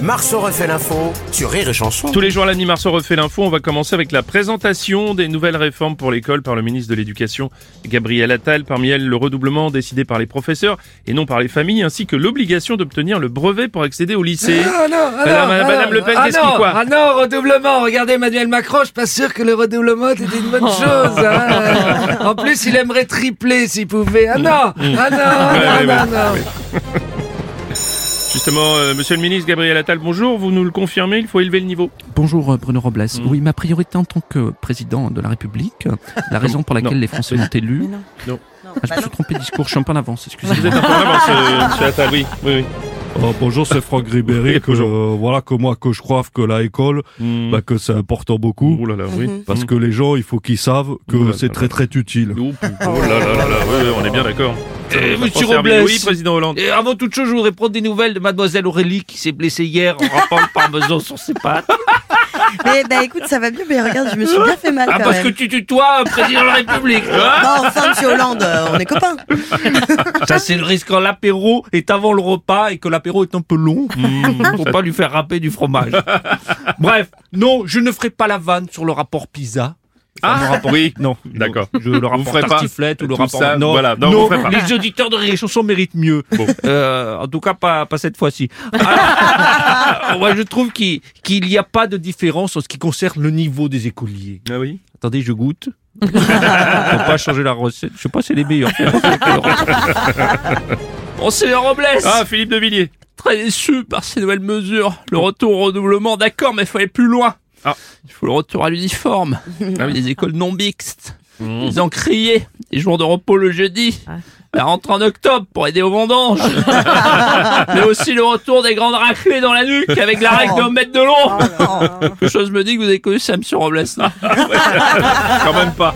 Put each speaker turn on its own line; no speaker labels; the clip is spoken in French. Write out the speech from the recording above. Marceau refait l'info sur Rire et Chanson.
Tous les jours, l'année Marceau refait l'info. On va commencer avec la présentation des nouvelles réformes pour l'école par le ministre de l'Éducation, Gabriel Attal. Parmi elles, le redoublement décidé par les professeurs et non par les familles, ainsi que l'obligation d'obtenir le brevet pour accéder au lycée.
Ah non, ah
Alors,
non, ah
Euh, Madame
non,
Le Pen,
ah
qu'est-ce qui
non,
quoi
Ah non, redoublement. Regardez Emmanuel Macron, je suis pas sûr que le redoublement était une
Oh.
bonne chose. hein. En plus, il aimerait tripler s'il pouvait. Ah non, ah non, ah
Mm. Ouais,
non,
ouais,
ah non.
Justement, euh, monsieur le ministre Gabriel Attal, bonjour. Vous nous le confirmez, il faut élever le niveau.
Bonjour euh, Bruno Robles.
Mm.
Oui, ma priorité en tant que président de la République, la raison pour laquelle
Non.
les Français m'ont élu.
Non.
Ah, je me suis trompé de discours, je suis un peu en avance,
Vous
excusez-moi.
êtes un peu en avance, euh, monsieur Attal, oui. oui, oui.
Euh, bonjour, c'est Franck
Oui,
Ribéry. Que,
bonjour.
euh, voilà que moi que je crois que la école,
Hmm.
bah, que c'est important beaucoup,
Ouh là là, oui. Mm.
parce que les gens, il faut qu'ils savent que
Ouh là
c'est
là
très très utile.
Ouh, pou- Oh là là là là, oui, oui, on est bien d'accord.
Eh,
Ça va
monsieur
pas servir.
Robles.
Oui, président Hollande.
Et avant toute chose, je voudrais prendre des nouvelles de mademoiselle Aurélie qui s'est blessée hier en rampant le parmesan sur ses pattes.
Mais bah écoute, ça va mieux, mais regarde, je me suis bien fait mal
Ah,
quand
parce que
même.
tu tutoies un président de la République. hein
Bah enfin, monsieur Hollande, euh, on est copains.
Ça, c'est le risque quand l'apéro est avant le repas et que l'apéro est un peu long. Mm. Faut pas lui faire râper du fromage. Bref, non, je ne ferai pas la vanne sur le rapport PISA.
Ah, oui.
Non,
D'accord.
Je, le rapport
ferez pas
tartiflette ou le
tout
rapport.
ça,
non,
voilà. Non, vous ferez pas.
les auditeurs de Rire et Chanson méritent mieux. Euh, en tout cas, pas, pas cette fois-ci. Alors, moi, je trouve qu'il qu'il n'y a pas de différence en ce qui concerne le niveau des écoliers.
Ah oui.
Attendez, je goûte. Faut pas changer la recette. Je sais pas, c'est les meilleurs. On sait Robles
Ah, Philippe de Villiers.
très déçu par ces nouvelles mesures. Le retour au redoublement, d'accord, mais il faut aller plus loin.
Ah.
Il faut le retour à l'uniforme.
Ah oui. Mmh.
Les écoles non mixtes. Ils ont crié les jours de repos le jeudi. La rentrée en octobre pour aider aux vendanges. mais aussi le retour des grandes raclées dans la nuque avec la règle d'un
Oh,
mètre de long. Quelque chose me dit que vous avez connu ça, monsieur Robles. là.
Quand même pas.